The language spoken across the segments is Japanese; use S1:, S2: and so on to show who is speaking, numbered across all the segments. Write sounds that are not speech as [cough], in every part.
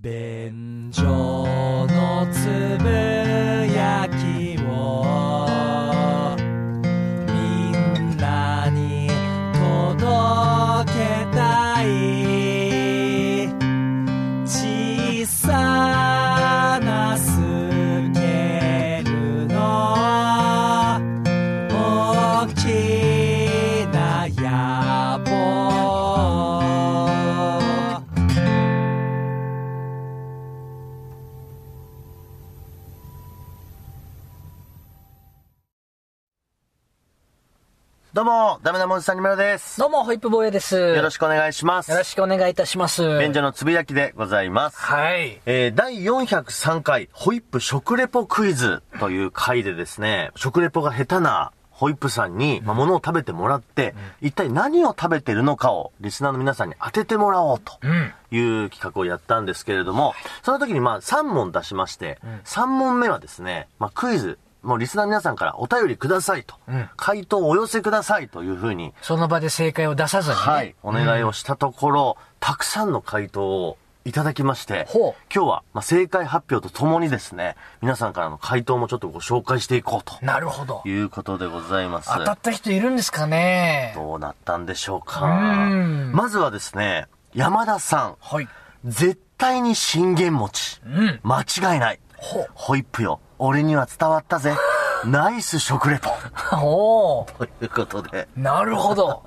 S1: 便所のつぶやきをみんなに届けたい小さなスケールの大きな野望
S2: どうも、ダメなもんじさんにむらです。
S3: どうも、ホイップ坊やです。
S2: よろ
S3: よ
S2: しくお願いします。
S3: ろしくお願いいたします。
S2: 便所のつぶやきでございます。
S3: はい。
S2: えー、第403回、ホイップ食レポクイズという回でですね、食レポが下手なホイップさんに、まあ、物を食べてもらって、一体何を食べてるのかを、リスナーの皆さんに当ててもらおうという企画をやったんですけれども、その時にまあ3問出しまして、3問目はですね、まあ、クイズ、もうリスナーの皆さんからお便りくださいと、回答をお寄せくださいというふうに
S3: その場で正解を出さずに、ね。
S2: はい。お願いをしたところ、たくさんの回答をいただきまして、
S3: ほう
S2: 今日は、まあ、正解発表とともにですね、皆さんからの回答もちょっとご紹介していこうと
S3: なるほど。
S2: いうことでございます。
S3: 当たった人いるんですかね
S2: どうなったんでしょうか。
S3: うん
S2: まずはですね、山田さん。
S3: はい。
S2: 絶対に信玄餅。
S3: ん
S2: 間違いない。
S3: ほ
S2: [laughs]
S3: う
S2: ホイップよ。俺には伝わっ
S3: [laughs]
S2: たぜ。ナイス食レポ。
S3: おお
S2: ということで。
S3: なるほど。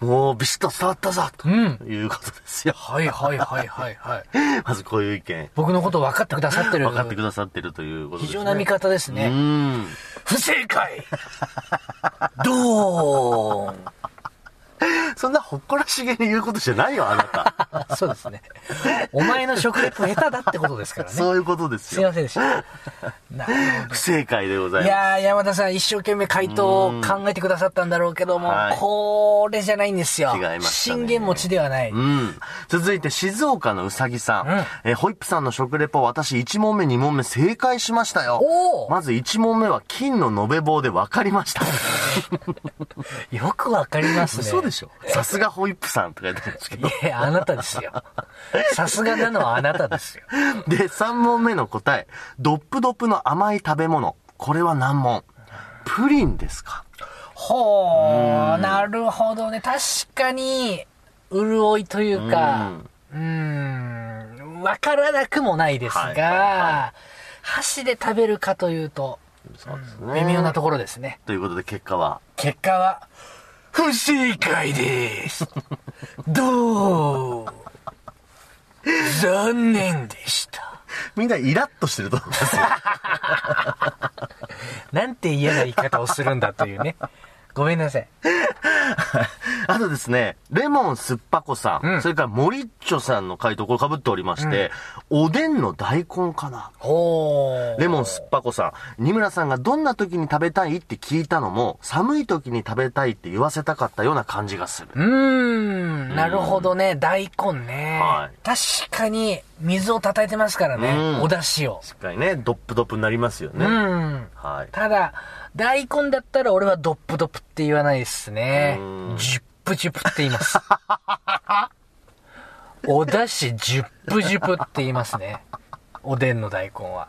S2: もうビシッと伝わったぞと
S3: ん
S2: いうことですよ。
S3: はいはいはいはいはい。
S2: まずこういう意見。
S3: 僕のこと分かってくださってる。
S2: 分かってくださってるということで
S3: 非
S2: す、
S3: 常
S2: ね。
S3: な見方です
S2: う
S3: ね。
S2: ん。
S3: 不正
S2: [laughs]
S3: 解どーん
S2: そんな誇らしげに言うことじゃないよ、あなた。
S3: あそうですね。お前の食レポ下手だってことですから [laughs] ね。
S2: そういうことで
S3: す
S2: す
S3: いま
S2: よ。
S3: せんでした。なるほど。
S2: 不正解でござい
S3: い
S2: ま
S3: やー、山田さん、一生懸命回答を考えてくださったんだろうけども、
S2: はい
S3: これじゃないんですよ。
S2: 違いましたね
S3: 信玄餅ではない。
S2: す。うん。続いて、静岡のうさぎさん。えーホイップさんの食レポ、私1問目、2問目正解しましたよ。
S3: おー
S2: まず1問目は金の延べ棒で分かり
S3: [laughs]
S2: ました。
S3: よくわかりますね。
S2: 嘘でしょさすがホイップさんとか言ってるんですけど。
S3: いや、あなたですよ。さすがなのはあなたですよ。
S2: で、3問目の答え。ドップドップの甘い食べ物。これは難問。プリンですか
S3: ほー、なるほどね。確かに、潤いというか、うーん、わからなくもないですが、
S2: はいはい
S3: 箸で食べるかというと、
S2: そうです
S3: 微妙なところですね。
S2: ということで結果は
S3: 結果は、不正解です。どう残念でした。
S2: みんなイラッとしてると思い [laughs] ますよ
S3: なんて嫌な言い方をするんだというね。ごめんなさい。
S2: あとですね、レモンすっぱこさん、
S3: うん
S2: それからモリッチョさんの回答、これ被っておりまして、おでんの大根かな
S3: ほ
S2: レモンすっぱこさん、二村さんがどんな時に食べたいって聞いたのも、寒い時に食べたいって言わせたかったような感じがする。
S3: うーん、なるほどね。大根ね。
S2: はい
S3: 確かに、水を叩いてますからね。
S2: うん
S3: お出汁を。
S2: しっかりね、ドップドップになりますよね。
S3: うん。
S2: はい。
S3: ただ、大根だったら俺はドップドップって言わないですね
S2: う。
S3: ジュップジュップって言い
S2: [laughs]
S3: ます。お出汁ジュップジュップって言いますね。おでんの大根は。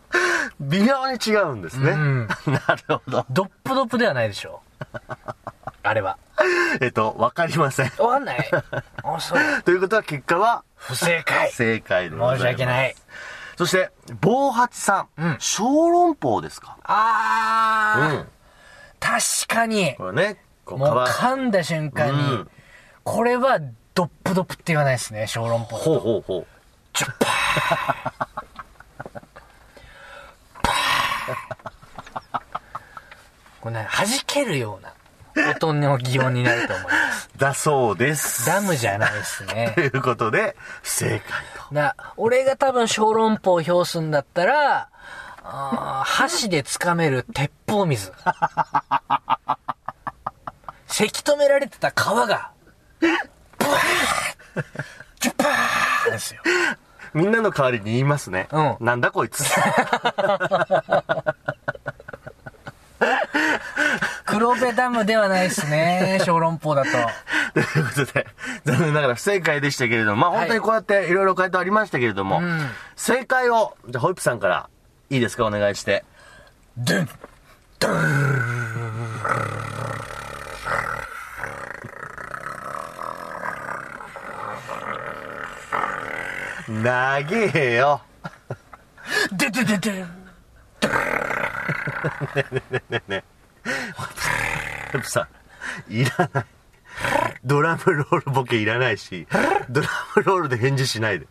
S2: 微妙に違うんですね。
S3: うん。
S2: [laughs] なるほど。
S3: ドップドップではないでしょう。あれは。
S2: えっと、わかりません。 [laughs]
S3: わかんない。あ、そう。
S2: ということは結果は、
S3: 不正解。申
S2: 正解でございます。
S3: し訳ない。
S2: そして、棒八さん。
S3: うん
S2: 小籠包ですか
S3: あー、
S2: うん
S3: 確かに。
S2: これね、こう
S3: もう
S2: 皮
S3: 噛んだ瞬間に、
S2: うん
S3: これはドップドップって言わないですね、小籠包。
S2: ほうほうほう。
S3: チュッパーパーこれね、弾けるような音の擬音になると思います。
S2: だそうです。
S3: ダムじゃないですね
S2: と。いうことで、不正解
S3: な、俺が多分小籠包を評すんだったら、あー箸で掴める鉄砲水。せき止められてた川が、ブワーッジュッパーですよ。
S2: と。みんなの代わりに言いますね。
S3: うん
S2: なんだこいつ。
S3: クロ黒部ダムではないですね。小籠包だと。
S2: [laughs] ということで、残念ながら不正解でしたけれども、
S3: は
S2: まあ
S3: い
S2: 本当にこうやっていろいろ回答ありましたけれども、
S3: うん
S2: 正解を、じゃあホイップさんからいいですかお願いして。
S3: でん
S2: なげえよ。
S3: ででででん
S2: ホイップさん、いらない。ドラムロールボケいらないし、ドラムロールで返事しないで。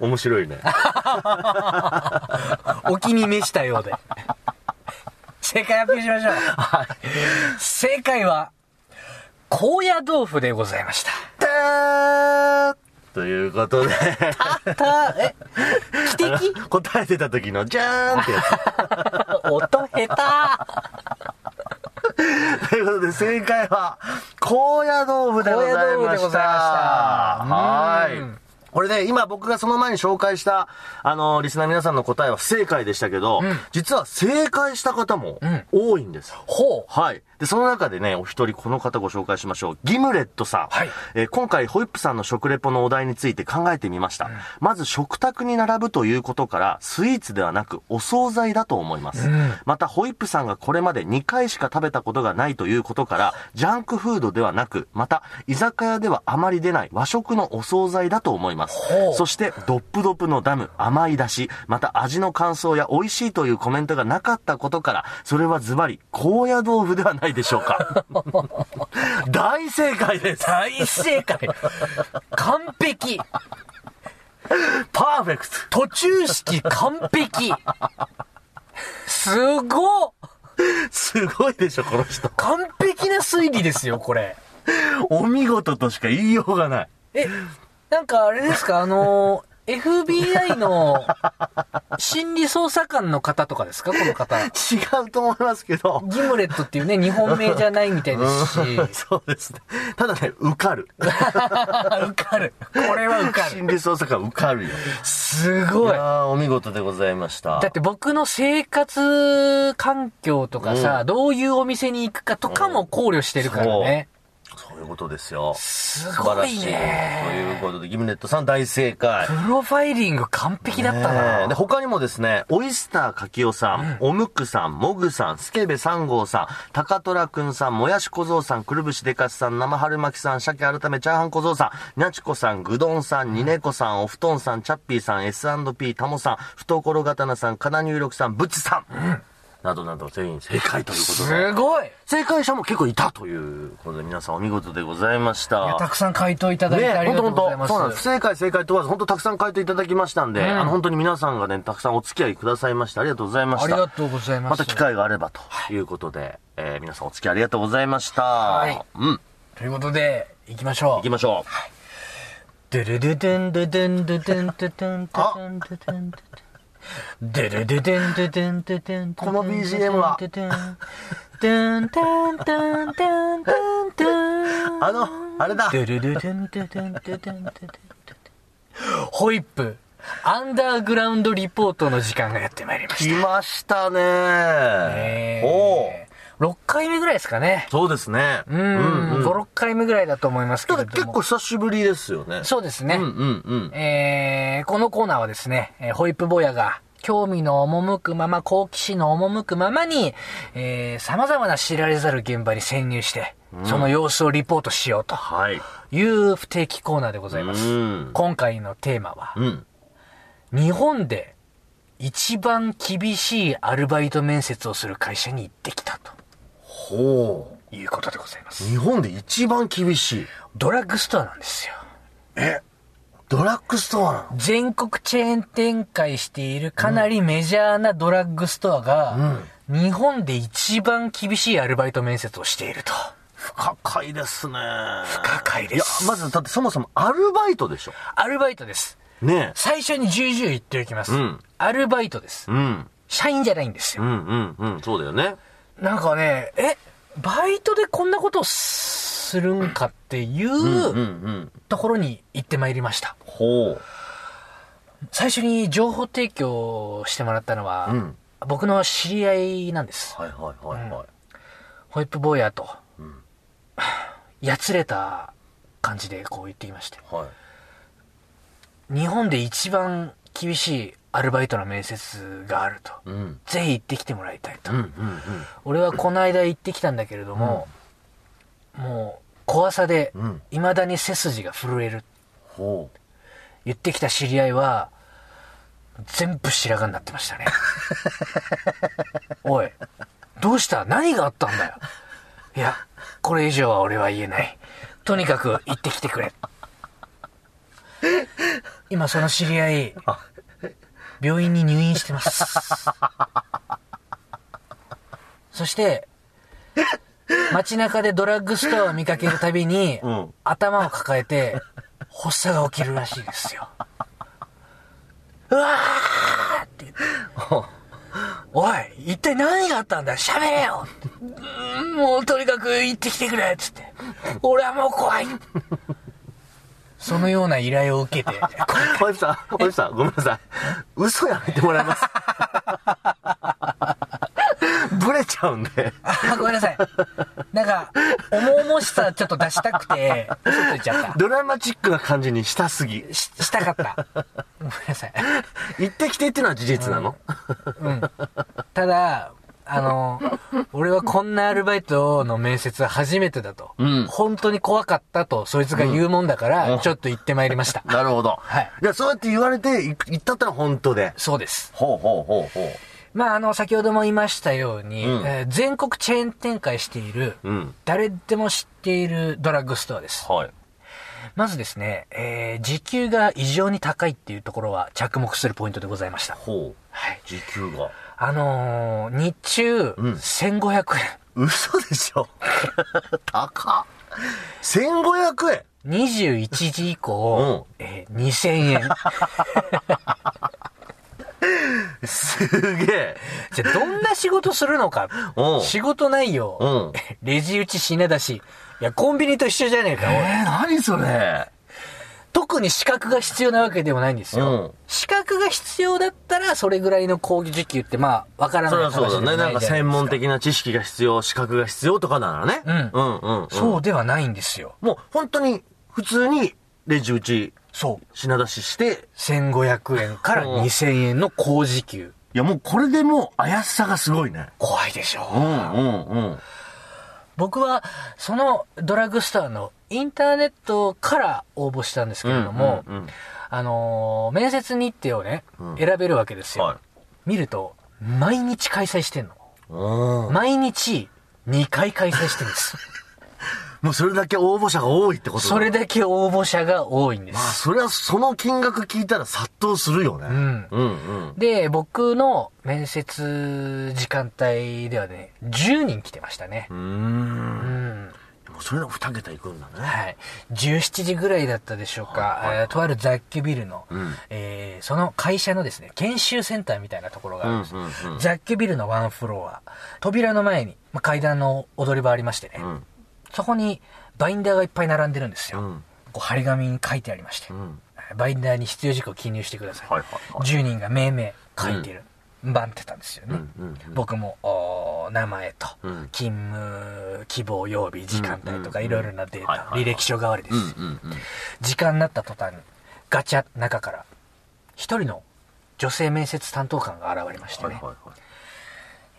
S2: 面白いね。
S3: お気に召したようで。 [laughs] 正解発表しましょう。正解は、高野豆腐でございました。
S2: たーということで、
S3: た、え、汽
S2: [laughs] 答えてた時のじゃーんってやつ。
S3: [laughs] 笛音下
S2: ということで正解は高野豆腐でございまし
S3: 高
S2: た
S3: 野豆腐でございましたうん
S2: はいこれね、今僕がその前に紹介した、あの、リスナーの皆さんの答えは不正解でしたけど、実は正解した方も
S3: ん
S2: 多いんです。
S3: 手。ほう。
S2: はい。で、その中でね、お一人この方ご紹介しましょう。ギムレットさん。
S3: はい
S2: えー今回、ホイップさんの食レポのお題について考えてみました。まず、食卓に並ぶということから、スイーツではなく、お惣菜だと思います。
S3: うん
S2: また、ホイップさんがこれまで2回しか食べたことがないということから、ジャンクフードではなく、また、居酒屋ではあまり出ない和食のお惣菜だと思います
S3: ほう。
S2: そして、ドップドップのダム、甘い出汁、また味の感想や美味しいというコメントがなかったことから、それはズバリ、高野豆腐ではないでしょう
S3: [laughs]
S2: か。大正解です。
S3: 大正解。完璧。
S2: パーフェクト。
S3: 途中式完璧。すごっ
S2: すごいでしょ、この人。
S3: 完璧な推理ですよ、これ。
S2: [laughs] お見事としか言いようがない。
S3: え、なんかあれですか、あのー FBI の心理捜査官の方とかですか、この方。
S2: 違うと思いますけど。
S3: ギムレットっていうね、日本名じゃないみたいですし。
S2: [laughs] そうですね。ただね、受かる。
S3: [laughs] 受かる。これは受かる。
S2: 心理捜査官受かるよ。
S3: す
S2: い
S3: ごい。
S2: やーお見事でございました。
S3: だって僕の生活環境とかさ、どういうお店に行くかとかも考慮してるからね。
S2: そういうことですよ。
S3: す
S2: 素晴
S3: ご
S2: ら
S3: い
S2: しい。と
S3: ね。
S2: いうことで、ギムネットさん大正解。
S3: プロファイリング完璧だった
S2: ねえで、
S3: な。
S2: 他にもですね、オイスターかきおさん、おむくさん、もぐさん、スケベ3号さん、高虎くんさん、もやし小僧さん、くるぶしでかしさん、生春巻きさん、鮭改めチャーハン小僧さん、にゃちこさん、ぐどんさん、にねこさん、お布団さん、チャッピーさん、S&P、たもさん、懐刀さん、かな入力さん、ぶちさん、などなど全員正解ということで。
S3: すごい。い
S2: 正解者も結構いたということで、皆さんお見事でございました。
S3: やたくさん回答いただいて
S2: ね
S3: ありがとう
S2: 本当
S3: ござい
S2: 本当
S3: ます。
S2: そうなんです。不正解、正解問わず、本当たくさん回答いただきましたんで、あの、本当に皆さんがね、たくさんお付き合いくださいまして、ありがとうございました。
S3: ありがとうございます。
S2: また機会があればということで、えー皆さんお付き合いありがとうございました。
S3: い
S2: うん。
S3: ということで、行きましょ
S2: 行
S3: う
S2: き。ましょう。
S3: デレデデンデデンデデンデデンデデンデデンデデンデレデデンデデンデデン
S2: この BGM は
S3: デデンデンデンデンデンデン
S2: あの、あれだ。
S3: デレデデンデデンデデンデデンホイップアンダーグラウンドリポートの時間がやってまいりまし
S2: 来ましたね
S3: た
S2: ー。おー
S3: えー6回目ぐらいですかね
S2: そうですね。
S3: うん56回目ぐらいだと思いますけ
S2: た
S3: れ
S2: だ
S3: ど
S2: 結
S3: も
S2: 構久しぶりですよね。
S3: そうですね、
S2: うんうんうん。
S3: えーこのコーナーはですね、えーホイップ坊やが、興味の赴くまま、好奇心の赴くままに、えー、様々な知られざる現場に潜入して、その様子をリポートしようと
S2: はい。
S3: いう不定期コーナーでございます。
S2: うん
S3: 今回のテーマは、
S2: うん。
S3: 日本で一番厳しいアルバイト面接をする会社に行ってきた
S2: ほ
S3: ということでございま
S2: う。
S3: す。
S2: 日本で一番厳しい。
S3: ドラッグストアなんですよ。
S2: ドラッグストアなの
S3: 全国チェーン展開しているかなりメジャーなドラッグストアが、日本で一番厳しいアルバイト面接をしていると。
S2: 不可解ですね。不
S3: 可解です
S2: いや、まず、だってそもそもアルバイトでしょ。
S3: アルバイトです。
S2: ね
S3: 最初に重々言っておきます。
S2: うん
S3: アルバイトです
S2: え。う。ん。
S3: 社員じゃないんです
S2: う
S3: よ。
S2: んうんうん。そうだよね。
S3: なんかね、え、バイトでこんなことをするんかっていう
S2: うんう。
S3: うんところに行ってまいりました。
S2: ほう。
S3: 最初に情報提供してもらったのは、
S2: うん
S3: 僕の知り合いなんです。
S2: はいはいはいはい。
S3: ホイップ坊やと、やつれた感じでこう言ってきまして。
S2: はい。
S3: 日本で一番厳しいアルバイトの面接があると。
S2: うん。うん
S3: ぜひ行ってきてもらいたいと。
S2: うんうん。
S3: 俺はこの間行ってきたんだけれども、もう怖さで
S2: うん、
S3: 未だに背筋が震える。
S2: ほう。
S3: 言ってきた知り合いは、全部白髪になってましたね。おい、どうした何があったんだよ。いや、これ以上は俺は言えない。とにかく行ってきてくれ。今その知り合い、病院に入院してます。そして、街中でドラッグストアを見かけるたびに、
S2: うん
S3: 頭を抱えて、発作が起きるらしいですよ。うわーって言って。おい、一体何があったんだ喋れよってうんもうとにかく行ってきてくれっつって。俺はもう怖いそのような依頼を受けて、
S2: ホイップさん、ホイップさん、ごめんなさい。嘘やめてもらえ [laughs] ます。ブレちゃうんで。
S3: あごめんなさい。なんか、重々しさちょっと出したくて、嘘ついちゃった。
S2: ドラマチックな感じにしたすぎ。
S3: し、したかった。ごめんなさい。
S2: 行ってきてっていうのは事実なの、
S3: うん。ただ、あの、俺はこんなアルバイトの面接は初めてだと。
S2: うん
S3: 本当に怖かったと、そいつが言うもんだから、
S2: うん
S3: ちょっと行ってまいりま
S2: [laughs]
S3: した。
S2: なるほど。
S3: はい
S2: じゃあそうやって言われてい行ったったら本当で。
S3: そうです。
S2: ほうほうほうほ
S3: まあ、あの、先ほども言いましたように、
S2: うん
S3: えー全国チェーン展開している、
S2: うん
S3: 誰でも知っているドラッグストアです。
S2: う。はい。
S3: まずですね、えー時給が異常に高いっていうところは着目するポイントでございました。
S2: ほう。
S3: はい。
S2: 時給が。
S3: あのー日中、
S2: ん
S3: 1500
S2: 嘘でしょ高っ。1500円
S3: 円。21時以降、えー2000円。
S2: [laughs] すげえ。
S3: じゃあ、どんな仕事するのか
S2: うん。
S3: 仕事内容、
S2: うん。
S3: レジ打ち品出し。いや、コンビニと一緒じゃねえか、おい
S2: えー、何それ
S3: 特に資格が必要なわけでもないんですよ。
S2: うん
S3: 資格が必要だったら、それぐらいの講義時給って、まあ、わから
S2: そ
S3: ない
S2: りゃそう
S3: 話で
S2: だ
S3: もない
S2: ね。
S3: じゃない
S2: なん
S3: で
S2: か
S3: すか。
S2: 専門的な知識が必要、資格が必要とかならね。
S3: う
S2: うんうんうん。
S3: そうではないんですよ。
S2: もう本当に普通にレジ打ち
S3: そう。
S2: 品出しして、
S3: 1500円から
S2: うん
S3: 2000円の高時給。
S2: いやもうこれでもう怪しさがすごいね。
S3: 怖いでしょ、
S2: うんうんうん。
S3: 僕は、そのドラッグストアのインターネットから応募したんですけれども、
S2: うんうんうん
S3: あのー面接日程をね、
S2: うん
S3: 選べるわけですよ。
S2: はい
S3: 見ると、毎日開催してんの。
S2: うん。
S3: 毎日、2回開催してるん
S2: [laughs]
S3: です。
S2: もうそれだけ応募者が多いってことだ
S3: それだけ応募者が多いんで
S2: まあ、
S3: す。
S2: それはその金額聞いたら殺到するよね。
S3: ん
S2: うんうん。
S3: で、僕の面接時間帯ではね、10人来てましたね
S2: う。ー。
S3: うんん。
S2: もうそれでも2桁いくんだね。
S3: はい。17時ぐらいだったでしょうか。えーとある雑居ビルの、
S2: ん
S3: えーその会社のですね、研修センターみたいなところがあるんです。
S2: うんうんうん
S3: 雑居ビルのワンフロア。扉の前に、まあ、階段の踊り場ありましてね。
S2: うん。
S3: そこにバインダーがいっぱい並んでるんですよ。
S2: うん
S3: こう張り紙に書いてありまして、
S2: ん
S3: バインダーに必要事項を記入してください。
S2: はいはいは
S3: 10人が命名書いてる。番ってたんですよね。
S2: うんうんうん
S3: 僕も、おー名前と、
S2: うん
S3: 勤務希望曜日、時間帯とか、
S2: うん
S3: いろいろなデータ、
S2: はいはいはい
S3: 履歴書代わりです。
S2: うんうん。
S3: 時間になった途端に、ガチャ、中から、一人の女性面接担当官が現れましてね。
S2: はいはいはい。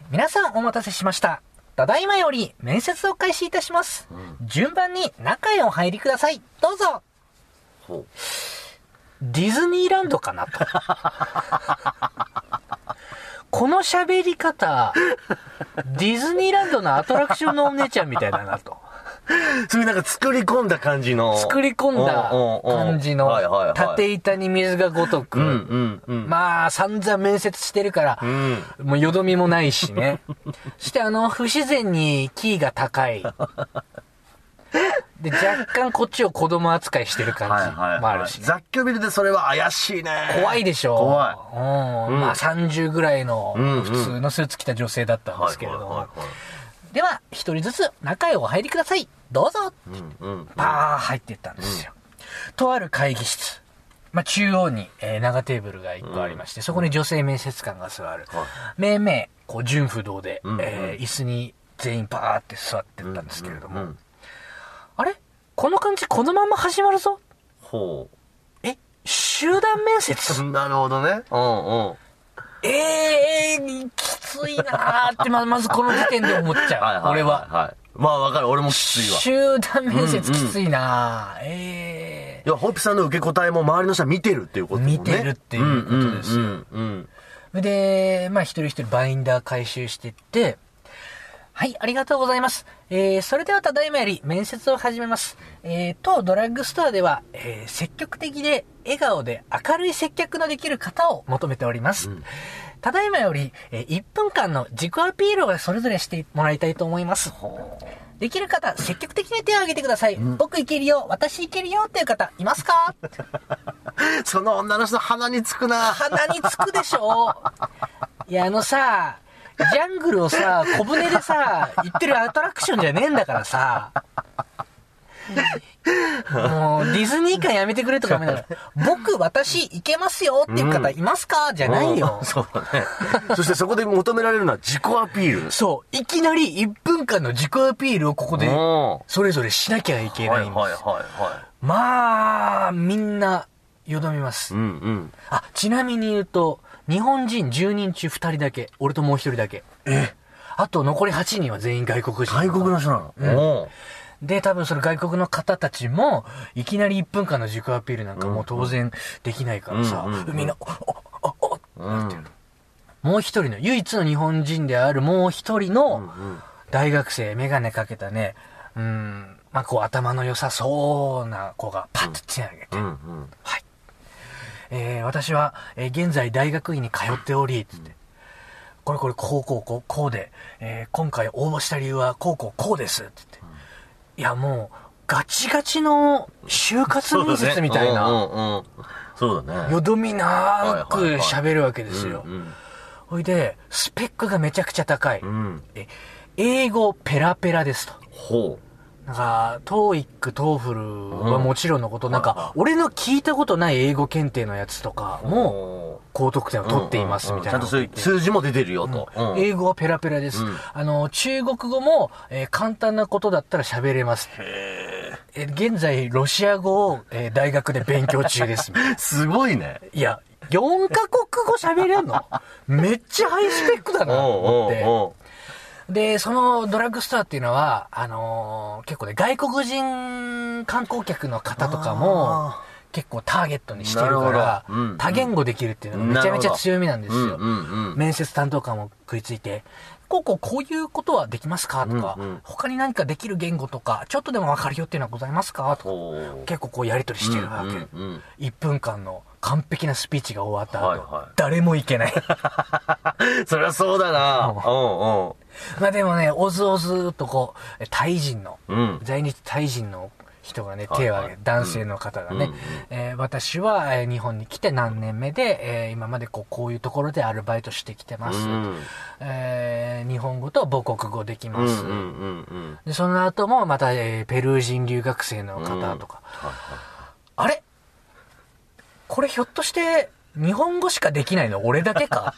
S3: 皆さんお待たせしました。ただいまより面接を開始いたします。順番に中へお入りください。どうぞ。
S2: ほ
S3: ディズニーランドかな
S2: [laughs]
S3: と。この喋り方、ディズニーランドのアトラクションのお姉ちゃんみたいだ
S2: [laughs]
S3: なと。
S2: う。そういうなんか作り込んだ感じの。
S3: 作り込んだ感じ
S2: うんうんうんはいはい
S3: の
S2: はい
S3: 縦板に水がごとく。
S2: うんうんうん。
S3: まあ、散々面接してるから、
S2: うん。
S3: もうよどみもないし
S2: [laughs]
S3: ね。そしてあの、不自然にキーが高
S2: [laughs]
S3: い。で、若干こっちを子供扱いしてる感じもあるしね。
S2: 雑居ビルでそれは怪しいね。
S3: 怖いでしょ
S2: 怖い。
S3: うん。
S2: うん
S3: まあ30ぐらいの
S2: うんうん
S3: 普通のスーツ着た女性だったんですけれども。では、一人ずつ中へお入りください。どうぞ
S2: い。うんうん。
S3: パー入っていったんですよ。とある会議室。まあ、中央に、えー長テーブルが1個ありまして、そこに女性面接官が座る。めいめい、こう、純不動で、
S2: うんうん
S3: えー椅子に全員パーって座ってったんですけれども、
S2: うんうん
S3: あれこの感じこのまま始まるぞ
S2: ほ
S3: え集団面接
S2: う。なるほどね。うんうん。
S3: ええー、きついなーって、ま、まずこの時点で思っち
S2: はい
S3: ゃう。
S2: はい。
S3: 俺は。
S2: はい。まあわかる。俺もきついわ。
S3: 集団面接きついなー、ええ
S2: いや、ホイップさんの受け答えも周りの人は見てるっていうこともね。
S3: 見てるっていうことですよ
S2: うんうんうん
S3: ー。で、まあ、一人一人バインダー回収してって、はい、ありがとうございます。えー、それではただいまより面接を始めます。えー、当ドラッグストアでは、えー、積極的で笑顔で明るい接客のできる方を求めております。ただいまより、えー、1分間の自己アピールをそれぞれしてもらいたいと思います。できる方、積極的に手を挙げてください。僕いけるよ、私いけるよっていう方、いますか
S2: うんその女の人鼻につくな。
S3: 鼻につくでしょいや、あのさ、ジャングルをさ、小舟でさ、行ってるアトラクションじゃねえんだからさ。もう、ディズニー館やめてくれとか思いながら、僕、私、行けますよっていう方いますか、じゃないよ
S2: うん。 [laughs] そうだね。そしてそこで求められるのは自己アピール。
S3: そう、いきなり1分間の自己アピールをここで
S2: うん、
S3: それぞれしなきゃいけないんです。
S2: いは
S3: まあ、みんな、よどみます
S2: う。んうん。
S3: あ、ちなみに言うと、日本人10人中2人だけ。俺ともう1人だけ。えあと残り8人は全員外国人。
S2: 外国の人なの
S3: で、多分その外国の方たちも、いきなり1分間の自己アピールなんかもう当然できないからさ、
S2: うんうんうん
S3: みんな、お、お、お、お、
S2: うん。うん。うん
S3: もう一人の、唯一の日本人であるもう一人の
S2: うん、
S3: 大学生、メガネかけたね、うん、まあこう頭の良さそうな子がパッと手を挙げて、
S2: うん。
S3: えー私は、えー現在大学院に通っており、つって。これこれ、こうこうこう、こうで、えー今回応募した理由は、こうこうこうです、つって。いや、もう、ガチガチの就活面接みたいな、
S2: うんうんうん。そうだね。
S3: よどみなー
S2: はいはい
S3: く
S2: はい
S3: 喋るわけですよ
S2: う。ん
S3: ほいで、スペックがめちゃくちゃ高い。
S2: うん。うん。
S3: え英語ペラペラですと。
S2: ほ
S3: なんか、トーイック、トーフルはもちろんのこと、なんか、俺の聞いたことない英語検定のやつとか
S2: う。
S3: も、
S2: も
S3: 高得点を取っていますみたい
S2: ち
S3: な
S2: ゃ
S3: んの
S2: と
S3: を
S2: そう
S3: 聞い
S2: い
S3: うて。
S2: 数字も出てるよと。うん
S3: 英語はペラペラです。
S2: うん
S3: あの、中国語も、えー簡単なことだったら喋れます。えー現在、ロシア語を、えー大学で勉強中
S2: [laughs]
S3: です。
S2: すごいね。
S3: いや、4カ国語喋れんのめっちゃハイスペックだな、と思って。
S2: お
S3: で、そのドラッグストアっていうのは、あのー結構ね、外国人観光客の方とかも
S2: あ、
S3: 結構ターゲットにしてるか
S2: なる
S3: ら、
S2: ほどうん
S3: 多言語できるっていうのがめちゃめちゃ強みなんです
S2: う
S3: よ。
S2: んうんうん。
S3: 面接担当官も食いついて、こうこうこういうことはできますかとか、
S2: うんうん
S3: 他に何かできる言語とか、ちょっとでもわかるよっていうのはございますかとか、
S2: ほう。
S3: 結構こうやり取りしてるわけ。
S2: うんうんうん
S3: 1分間の完璧なスピーチが終わった後、
S2: はいはい
S3: 誰もいけない。 [laughs]
S2: そりゃそうだな。
S3: まあでもね、おずおずっとこう、タイ人の、
S2: うんうん。うん。
S3: 在日タイ人の人がね、
S2: はい
S3: 手を挙げ、男性の方がね、
S2: うんうん
S3: えー私は、えー日本に来て何年目で、えー今までこうこういうところでアルバイトしてきてます、
S2: うん
S3: えー日本語と母国語でき
S2: うんう
S3: ま
S2: ん
S3: す、
S2: うんうん。
S3: でその後もまた、えーペルー人留学生の方とか、あれこれひょっとして日本語しかできないの俺だけか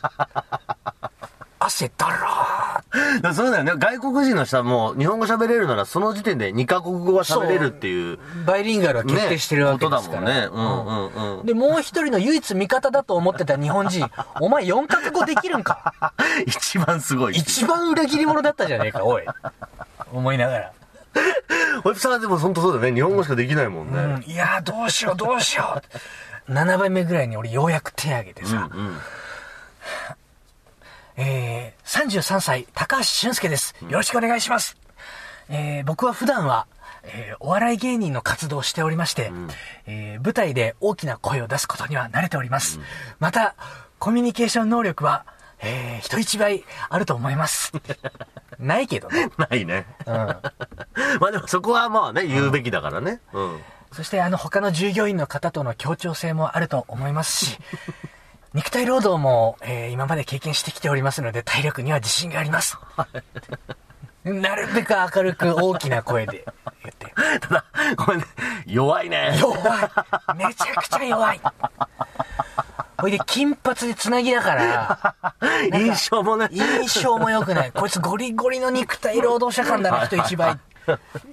S3: [laughs] 汗だらーっ
S2: だからそうだよね。外国人の人はもう日本語喋れるならその時点で2カ国語は喋れるっていう。
S3: バイリンガルは決定してるわけですから。
S2: ねことだもんねうんうんうん
S3: で、もう一人の唯一味方だと思ってた日本
S2: [laughs]
S3: 人、お前4カ国語できるんか
S2: 一番すごい。
S3: 一番裏切り者だったじゃねえか、おい。思いながら。
S2: ホイップさんはでも本当そうだよね。日本語しかできないもん
S3: う
S2: ね。
S3: ん、いやーどうしようどうしよう。7倍目ぐらいに俺ようやく手挙げてさ、
S2: うん。
S3: えー、33歳、高橋俊介です。よろしくお願いします。えー、僕は普段は、えー、お笑い芸人の活動をしておりまして、えー、舞台で大きな声を出すことには慣れております。また、コミュニケーション能力は、えー、人一倍あると思います。ないけどね。
S2: ないね。
S3: うん。
S2: まあでもそこはまあね、言うべきだからね。うん。
S3: そしてあの他の従業員の方との協調性もあると思いますし、肉体労働も、えー今まで経験してきておりますので体力には自信があります。なるべく明るく大きな声で言って。
S2: ただ、ごめんね。弱いね。
S3: 弱い。めちゃくちゃ弱い。ほいで、金髪でつなぎだから、
S2: 印象もね。
S3: 印象も良くない。こいつゴリゴリの肉体労働者感だな、人一倍。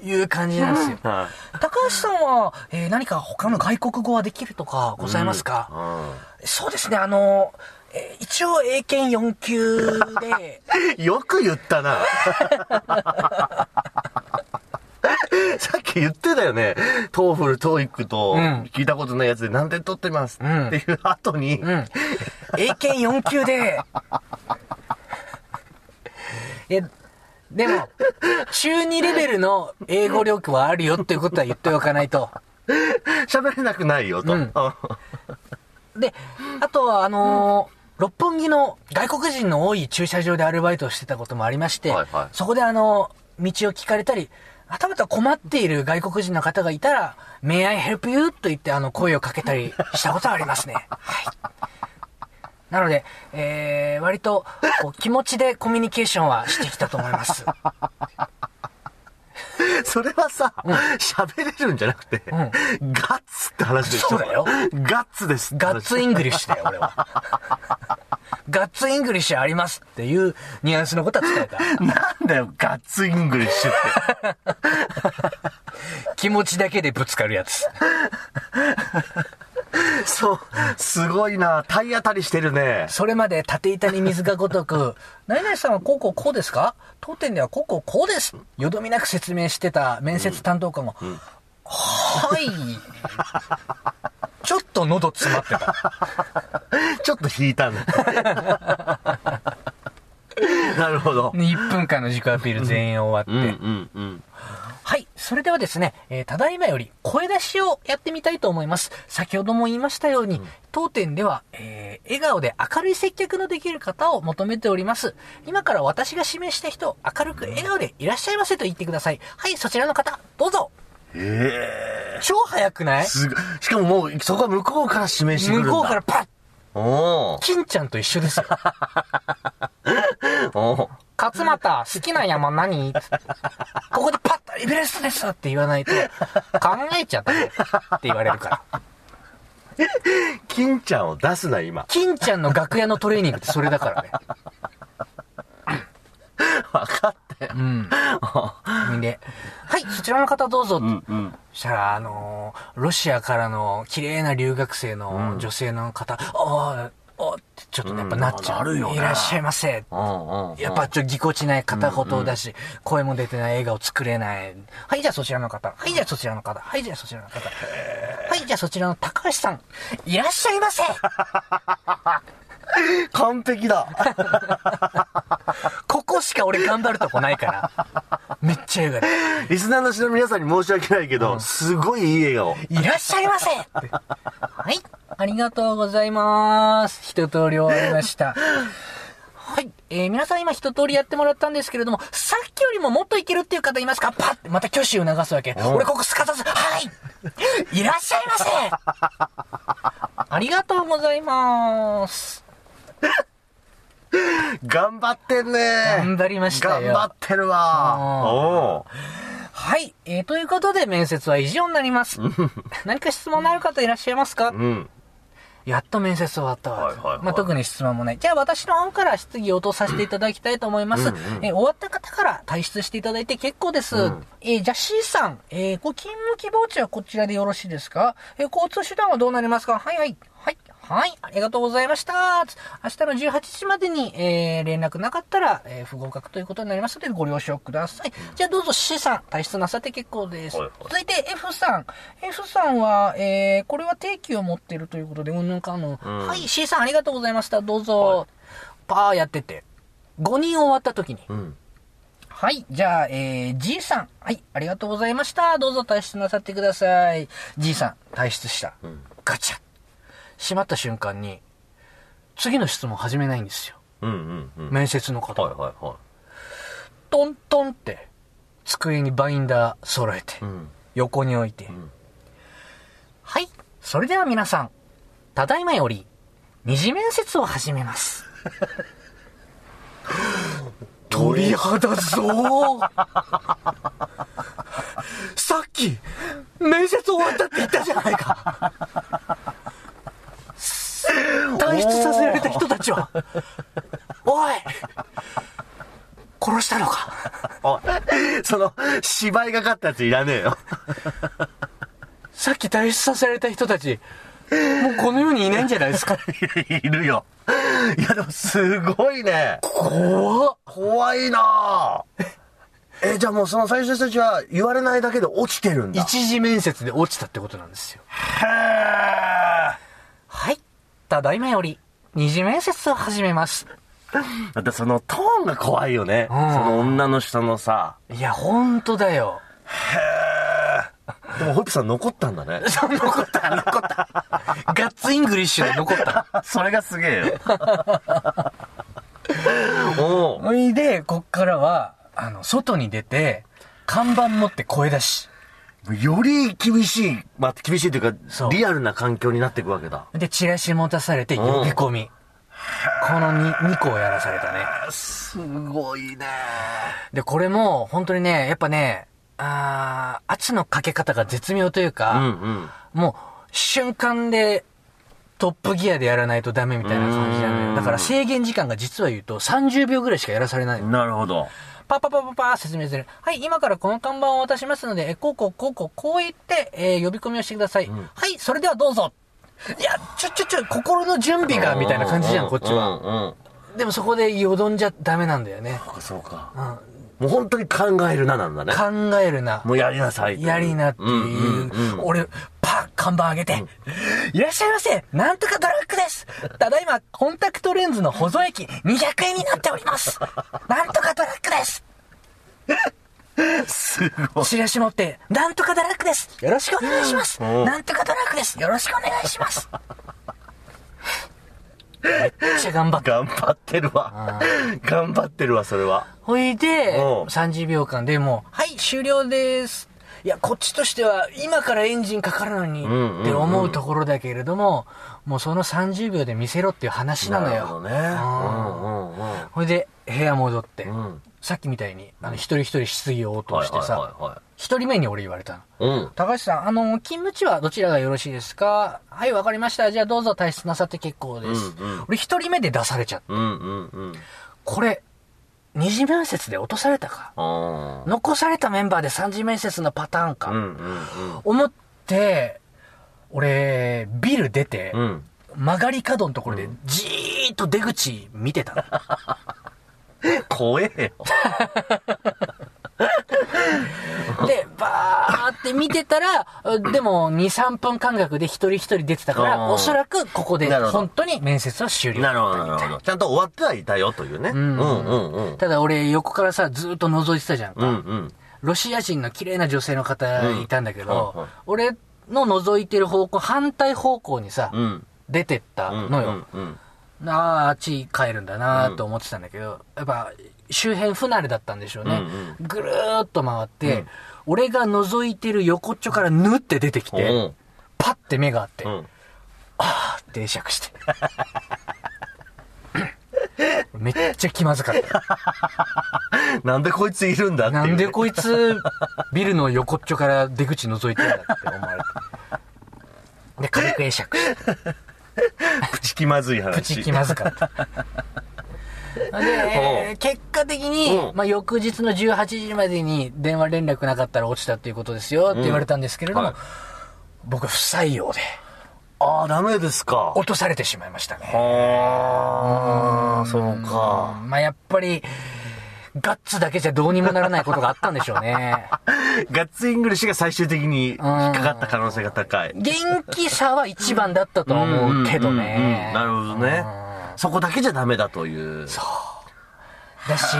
S3: いう感じなんですよ。
S2: は
S3: 高橋さんは、えー何か他の外国語はできるとかございますか、
S2: うん
S3: そうですね、あの、えー一応英検4級で、
S2: よく言っ
S3: [laughs]
S2: たな。さっき言ってたよね。トーフル、トーイックと、
S3: うん
S2: 聞いたことないやつで何点取ってます、
S3: うん
S2: っていう後に、
S3: うん。英検4級で、いや、でも、中2レベルの英語力はあるよっていうことは言っておかないと。
S2: 喋れなくないよと。
S3: うんで、あとは、あのー六本木の外国人の多い駐車場でアルバイトをしてたこともありまして、
S2: はいはい
S3: そこであのー道を聞かれたり、はたまた困っている外国人の方がいたら、May I help you? と言ってあの声をかけたりしたことはあり
S2: [laughs]
S3: ますね。はい。なので、えー、割とこう気持ちでコミュニケーションはしてきたと思い
S2: [laughs]
S3: ます。
S2: それはさ、喋、れるんじゃなくて、ガッツって話でしょ
S3: そうだよ
S2: ガッツですって話。
S3: ガッツイングリッシュだよ、俺は。
S2: [laughs]
S3: ガッツイングリッシュありますっていうニュアンスのことは伝えた。
S2: なんだよ、ガッツイングリッシュって。
S3: 気持ちだけでぶつかるやつ。
S2: そう、すごいな。体当たりしてるね。
S3: それまで縦板に水がごとく、 [laughs] 何々さんはこうこうこうですか当店ではこうこうこうです。よどみなく説明してた面接担当官も、
S2: [laughs]
S3: はい。ちょっと喉詰まって [laughs] た。
S2: ちょっと引いたん [laughs] だ。なるほど。
S3: 1分間の自己アピール全員終
S2: うん
S3: わって。
S2: うんうん。
S3: はい。それではですね、えーただいまより声出しをやってみたいと思います。先ほども言いましたように、当店では、えー笑顔で明るい接客のできる方を求めております。今から私が指名した人、明るく笑顔でいらっしゃいませと言ってください。はい、そちらの方、どうぞ
S2: ええ
S3: 超早くない
S2: すごいしかももう、そこは向こうから指名してくれる
S3: 向
S2: んだ。
S3: こうから。パッ
S2: お
S3: 金ちゃんと一緒ですよ。
S2: ーお
S3: 勝俣、好きな山何ここでパッとエベレストですって言わないと、考えちゃったねって言われるから。
S2: ー金ちゃんを出すな、今。
S3: 金ちゃんの楽屋のトレーニングってそれだから
S2: [laughs]
S3: ね。
S2: 分かったよ。
S3: うん。んで、はい、そちらの方どうぞ。
S2: うんうん。
S3: そしたら、あのーロシアからの綺麗な留学生の女性の方、おーおーってちょっとねやっぱなっちゃう。
S2: うんなるよね
S3: いらっしゃいませ。
S2: うんうん。
S3: やっぱちょっとぎこちない片言だし、声も出てない、笑顔作れない。はい、じゃあそちらの方。はい、じゃあそちらの方。はい、じゃあそちらの方。はい、じゃあそちらの高橋さん。いらっしゃいませ。
S2: 完璧だ。
S3: ここしか俺頑張るとこない [laughs] から。めっちゃ笑顔で。
S2: リスナーの人の皆さんに申し訳ないけど、すごいいい笑顔。
S3: いらっしゃいませはい、ありがとうございます。一通り終わりました。はい、えー皆さん今一通りやってもらったんですけれども、さっきよりももっといけるっていう方いますかパッてまた挙手を促すわけ。
S2: ん
S3: 俺ここすかさず、はいいらっしゃい [laughs] ませありがとうございます。
S2: 頑張ってんね
S3: 頑張りましたよ
S2: 頑張ってるわお
S3: はい、えーということで面接は以上になり [laughs] ます。何か質問のある方いらっしゃいますか
S2: ううん。
S3: やっと面接終わったわ。
S2: はいはいはい
S3: まあ、特に質問もない。じゃあ私の方から質疑応答させていただきたいと思います。えー終わった方から退出していただいて結構です。えーじゃあ C さん、えーご勤務希望地はこちらでよろしいですかえー交通手段はどうなりますかはいはい。はい。はい。ありがとうございました。明日の18時までに、えー連絡なかったら、えー不合格ということになりますのでご了承ください。じゃあどうぞ C さん、退出なさって結構です。
S2: はいはい
S3: 続いて F さん。F さんは、えー、これは定期を持っているということで、うんぬんかんぬん。はい、C さんありがとうございました。どうぞ。パーやってて。5人終わった時に。
S2: うん。
S3: はい、じゃあ、えー、G さん。はい、ありがとうございました。どうぞ退出なさってください。G さん、退出した。ガチャ。閉まった瞬間に、次の質問始めないんですよ。
S2: うんうんうん。
S3: 面接の方。
S2: はいはいは
S3: トントンって、机にバインダー揃えて。
S2: い。うん。
S3: 横に置いて、はいそれでは皆さんただいまより二次面接を始めます鳥肌ぞー
S2: さっき、面接終わったって言ったじゃないか。
S3: 退出させられた人たちは、おい殺したのか
S2: おい、 [laughs] その、芝居がかったやついらねえよ。 [laughs]
S3: さっき退出させられた人たち、もうこの世にいないんじゃないですか
S2: いるよ。いや、でも、すごいね。
S3: 怖っ
S2: 怖いなぁ。え、じゃあもうその最初の人たちは言われないだけで落ちてるんだ。
S3: [laughs] 一次面接で落ちたってことなんですよ。はい。ただいまより、二次面接を始めます。
S2: だってそのトーンが怖いよね。
S3: ん
S2: その女の人のさ。
S3: いや、ほんとだよ。
S2: でも、ホイップさん残ったんだね。
S3: [laughs] 残った、残った。ガッツイングリッシュで残った。
S2: それがすげえよ。 [laughs] おう
S3: ほいで、こっからは、あの、外に出て、看板持って声出し。
S2: より厳しい。まあ、厳しいという
S3: そ
S2: か、
S3: う
S2: リアルな環境になっていくわけだ。
S3: で、チラシ持たされて、呼び込み。この 2, 2個をやらされたね。
S2: すごいね
S3: で、これも、本当にね、やっぱね、あー圧のかけ方が絶妙という
S2: うん
S3: か、
S2: うん。
S3: もう、瞬間で、トップギアでやらないとダメみたいな感じなの
S2: う
S3: よ。
S2: ん
S3: だから制限時間が実は言うと30秒ぐらいしかやらされないの。
S2: なるほど。
S3: パパパパパー説明する。はい、今からこの看板を渡しますので、えこうこうこうこう、こう言って、えー呼び込みをしてください。はい、それではどうぞ。いや、ちょちょちょ、心の準備が、みたいな感じじゃん、こっちは。
S2: うんうん。
S3: でもそこでよどんじゃダメなんだよね。
S2: そうかそうか。
S3: うん、
S2: もう本当に考えるななんだね。
S3: 考えるな。
S2: もうやりなさいという。
S3: やりなっていう。
S2: んんうん
S3: 俺、パッ、看板上げて、いらっしゃいませなんとかドラッグですただいま、コンタクトレンズの保存液200円になっておりますなんとかドラッグです
S2: すごい。
S3: チラシ持って、なんとかドラッグですよろしくお願いします
S2: うん
S3: なんとかドラッグですよろしくお願いし
S2: [laughs]
S3: ますめっちゃ頑張った。
S2: 頑張ってるわ。頑張ってるわ、それは。
S3: ほいで、
S2: うん
S3: 30秒間でもう、はい、終了です。いや、こっちとしては、今からエンジンかかるのに、
S2: んうんうん
S3: って思うところだけれども、もうその30秒で見せろっていう話なの
S2: るほ
S3: よ。
S2: どね。
S3: んほいで、部屋戻って、
S2: うんうんうん。うん。
S3: さっきみたいに、あの、一人一人質疑応答して
S2: は
S3: さ、一、人目に俺言われたの。
S2: いはいはい。うん。
S3: 高橋さん、あの、勤務地はどちらがよろしいですかはい、わかりました。じゃあどうぞ退出なさって結構です。
S2: うんうん
S3: 俺一人目で出されちゃった。
S2: うんうんうん。
S3: これ、二次面接で落とされたか。
S2: あー
S3: 残されたメンバーで三次面接のパターンか。
S2: うんうん
S3: 思って、俺、ビル出て、
S2: うん。うん。
S3: 曲がり角のところでじーっと出口見てたの。
S2: 怖えよ。
S3: で、バーって見てたら、でも2、3分間隔で一人一人出てたか
S2: うん
S3: ら、おそらくここで
S2: なるほど
S3: 本当に面接は終了。
S2: なるほど、なるほど。ちゃんと終わってはいたよというね。うんうんうん。
S3: ただ俺横からさ、ずーっと覗いてたじゃんか。
S2: うんうん。
S3: ロシア人の綺麗な女性の方いたんだけど、
S2: うんうん
S3: 俺の覗いてる方向、反対方向にさ、
S2: うん。
S3: 出てった
S2: うん。
S3: のよ。
S2: うんうん。
S3: なあ、あっち帰るんだなと思ってたんだけど、やっぱ周辺不慣れだったんでしょうね。
S2: うん
S3: ぐるーっと回って、俺が覗いてる横っちょからぬって出てきて、
S2: うん
S3: パッて目があって、
S2: うん。
S3: あーって会釈して。 [laughs] めっちゃ気まずかった。
S2: なんでこいついるんだっていう
S3: な
S2: ね。
S3: んでこいつ、ビルの横っちょから出口覗いてんだって思われて。で、軽く会釈して。
S2: プチ気まずい話。
S3: プチ気まずかった。[laughs]
S2: う
S3: で、結果的に、
S2: うん
S3: まあ、翌日の18時までに電話連絡なかったら落ちたっていうことですよって言われたんですけれども、
S2: はい
S3: 僕は不採用で
S2: ああ、ダメですか。
S3: 落とされてしまいましたね。
S2: ああ、そうか。
S3: まあ、やっぱり、ガッツだけじゃどうにもならないことがあったんでしょう
S2: [laughs]
S3: ね。
S2: ガッツイングリッシュが最終的に引っかかった可能性が高い。
S3: 元気さは一番だったとは思うけど
S2: うんうんうんう
S3: ね
S2: ん。なるほどね。そこだけじゃダメだという。そ
S3: だし、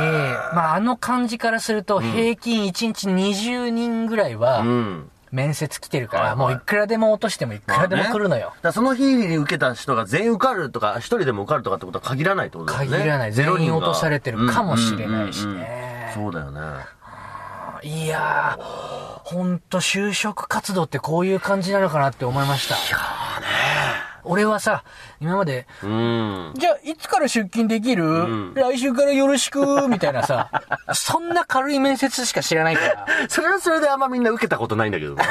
S3: まあ、あの感じからすると、平均1日20人ぐらいは、
S2: ん。
S3: 面接来てるか
S2: はいは
S3: ら、
S2: い
S3: もういくらでも落としてもいくらでも来るのよ
S2: だ。からその日に受けた人が全員受かるとか、一人でも受かるとかってことは限らないってことだよね。
S3: 限らない
S2: ゼロ
S3: 全員
S2: 人が
S3: 落とされてるかもしれないしね
S2: うんうんうんうんそうだよね。
S3: いやー、ほんと就職活動ってこういう感じなのかなって思いました。いやーね俺はさ、今まで、
S2: うん。
S3: じゃあ、いつから出勤できる、
S2: ん
S3: 来週からよろしく、みたいな
S2: [laughs]
S3: さ、そんな軽い面接しか知らないから、
S2: [laughs] それはそれであんまみんな受けたことないんだけどね。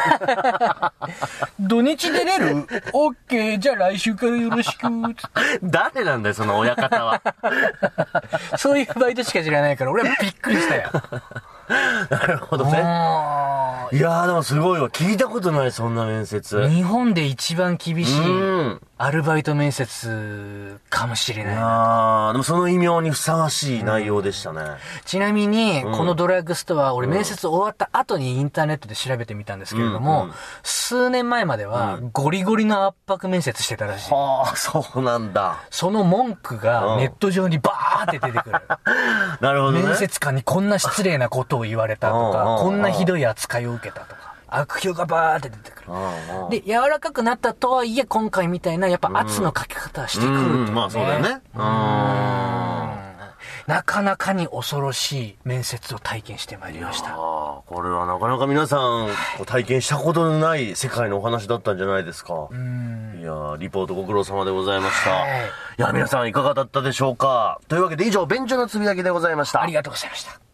S3: 土日出れる ?OK、じゃあ来週からよろし
S2: [laughs]
S3: く、つっ
S2: [laughs] 誰なんだよ、その親方は。
S3: てそういうバイトしか知らないから、俺はびっくりした
S2: [laughs]
S3: よ。
S2: [laughs] なるほどね。
S3: も
S2: いやーでもすごいわ。聞いたことない、そんな面接。
S3: う、日本で一番厳しい
S2: うん、
S3: アルバイト面接かもしれない。
S2: あー、でもその異名にふさわしい内容でしたね。
S3: ちなみに、このドラッグストア、俺面接終わった後にインターネットで調べてみたんですけれども、
S2: うんうん
S3: 数年前までは、ゴリゴリの圧迫面接してたらしい。
S2: はあ、そうなんだ。
S3: その文句が
S2: うん
S3: ネット上にバーって出てく
S2: [laughs]
S3: る。
S2: なるほどね。
S3: 面接官にこんな失礼なことを言われたと
S2: うんうん
S3: か
S2: う、ん
S3: こんなひどい扱いを受けたとか、悪評がバーって出てくる
S2: う。んうん
S3: で、柔らかくなったとはいえ、今回みたいな、やっぱ圧のかけ方はしてくるってこと
S2: うんまあそうだよね。うーん。
S3: うんなかなかに恐ろしい面接を体験してまいりました。
S2: ああ、これはなかなか皆さん、こう体験したことのない世界のお話だったんじゃないですか。いやーリポートご苦労様でございました。
S3: はい
S2: い、や、皆さんいかがだったでしょうかというわけで以上、便所のつぶやきでございました。
S3: ありがとうございました。